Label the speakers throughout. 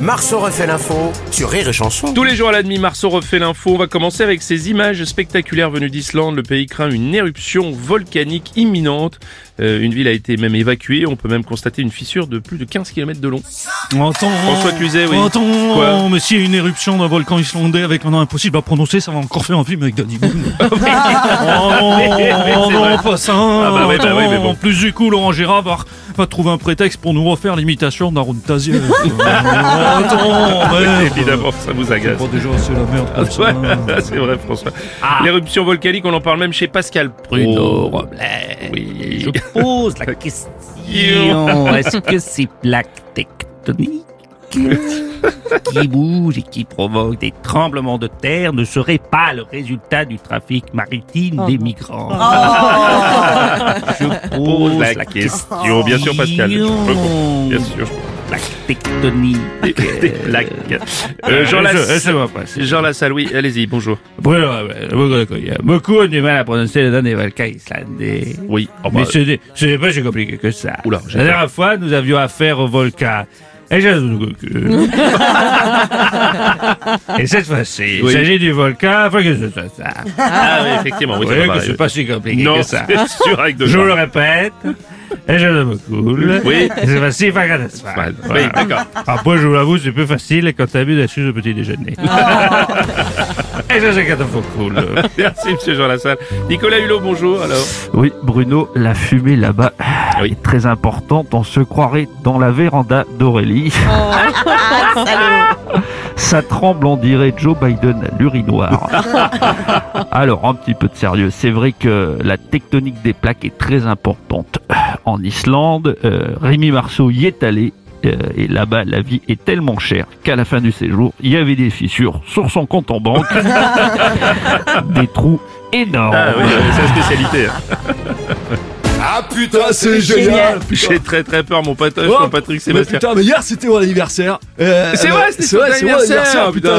Speaker 1: Marceau refait l'info sur Rire et Chanson.
Speaker 2: Tous les jours à la demi, Marceau refait l'info. On va commencer avec ces images spectaculaires venues d'Islande. Le pays craint une éruption volcanique imminente. Euh, une ville a été même évacuée. On peut même constater une fissure de plus de 15 km de long.
Speaker 3: Entends,
Speaker 2: François Cluzet, oui.
Speaker 3: Entends,
Speaker 2: Quoi
Speaker 3: mais s'il y a une éruption d'un volcan islandais avec un nom impossible à prononcer, ça va encore faire un film avec Danny Boone. oh non,
Speaker 2: Ah mais
Speaker 3: oh
Speaker 2: c'est
Speaker 3: non,
Speaker 2: vrai.
Speaker 3: pas ça.
Speaker 2: Ah bah oui, bah oui,
Speaker 3: Attends,
Speaker 2: mais bon.
Speaker 3: En plus du coup, Laurent Gérard va, va trouver un prétexte pour nous refaire l'imitation d'Aaron Tazier. Euh, Attends,
Speaker 2: Ah.
Speaker 3: merde.
Speaker 2: Évidemment, ça vous agace.
Speaker 3: Bon, déjà, c'est la merde. comme ça.
Speaker 2: Ouais, Ah, c'est vrai, François. L'éruption volcanique, on en parle même chez Pascal Pruneau. Oui.
Speaker 4: Je pose la question est-ce que c'est plaques tectoniques qui bougent et qui provoquent des tremblements de terre ne seraient pas le résultat du trafic maritime des migrants
Speaker 2: Ah,
Speaker 4: Je
Speaker 2: Pose la question. Bien sûr, Pascal. Je comprends. Bien sûr.
Speaker 4: Plaques tectoniques.
Speaker 2: Des plaques. Euh, Jean,
Speaker 4: Je-
Speaker 2: Lass-
Speaker 4: je vois pas, c'est-
Speaker 2: Jean Lassalle, oui, allez-y, bonjour.
Speaker 4: Bon, ouais, ouais, beaucoup de- il y a beaucoup de mal à prononcer le nom des volcans islandais.
Speaker 2: Oui. Oh, bah,
Speaker 4: Mais ce n'est ce n'est pas si compliqué que ça.
Speaker 2: Oula, j'ai
Speaker 4: la
Speaker 2: peur.
Speaker 4: dernière fois, nous avions affaire au volcan. Et, je- Et cette fois-ci,
Speaker 2: Oui.
Speaker 4: il s'agit du volcan. Faut que ce soit ça.
Speaker 2: Ah oui, effectivement, oui,
Speaker 4: Vous
Speaker 2: ça
Speaker 4: voyez
Speaker 2: va,
Speaker 4: que c'est
Speaker 2: oui.
Speaker 4: pas si compliqué
Speaker 2: Non,
Speaker 4: que ça.
Speaker 2: c'est sûr avec deux
Speaker 4: Je
Speaker 2: gens.
Speaker 4: le répète. Et je me coule.
Speaker 2: Oui.
Speaker 4: Et C'est facile, pas catastrophe.
Speaker 2: Oui, d'accord.
Speaker 4: Après, je vous l'avoue, c'est plus facile quand t'as bu des choses au petit déjeuner. Et ça, c'est catastrophe cool.
Speaker 2: Merci, monsieur Jean Lassalle. Nicolas Hulot, bonjour, alors.
Speaker 5: Oui, Bruno, la fumée là-bas
Speaker 2: Ah oui.
Speaker 5: est très importante. On se croirait dans la véranda d'Aurélie. Ça tremble, on dirait Joe Biden à l'urinoir. Alors, un petit peu de sérieux. C'est vrai que la tectonique des plaques est très importante euh, en Islande. euh, Rémi Marceau y est allé. euh, et là-bas, la vie est tellement chère qu'à la fin du séjour, il y avait des fissures sur son compte en banque. des trous énormes.
Speaker 2: Ah oui, euh, sa spécialité.
Speaker 6: Ah putain, c'est génial.
Speaker 2: J'ai très très peur, mon, patoche,
Speaker 6: Oh,
Speaker 2: mon Patrick
Speaker 6: Mais
Speaker 2: Sébastien.
Speaker 6: putain, mais hier c'était mon anniversaire. Euh,
Speaker 2: C'est
Speaker 6: euh,
Speaker 2: vrai, c'était
Speaker 6: c'est
Speaker 2: ton
Speaker 6: vrai, c'est mon
Speaker 2: anniversaire,
Speaker 6: anniversaire, putain,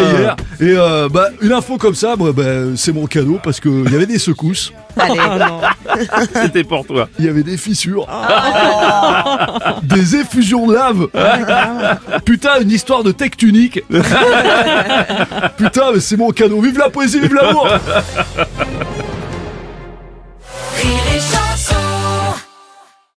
Speaker 2: putain.
Speaker 6: hier. Et euh, bah, une info comme ça, moi, bah, c'est mon cadeau parce que il y avait des secousses,
Speaker 2: C'était pour toi.
Speaker 6: il y avait des fissures, des effusions de lave. putain, une histoire de tectonique. putain, mais c'est mon cadeau. Vive la poésie, vive l'amour.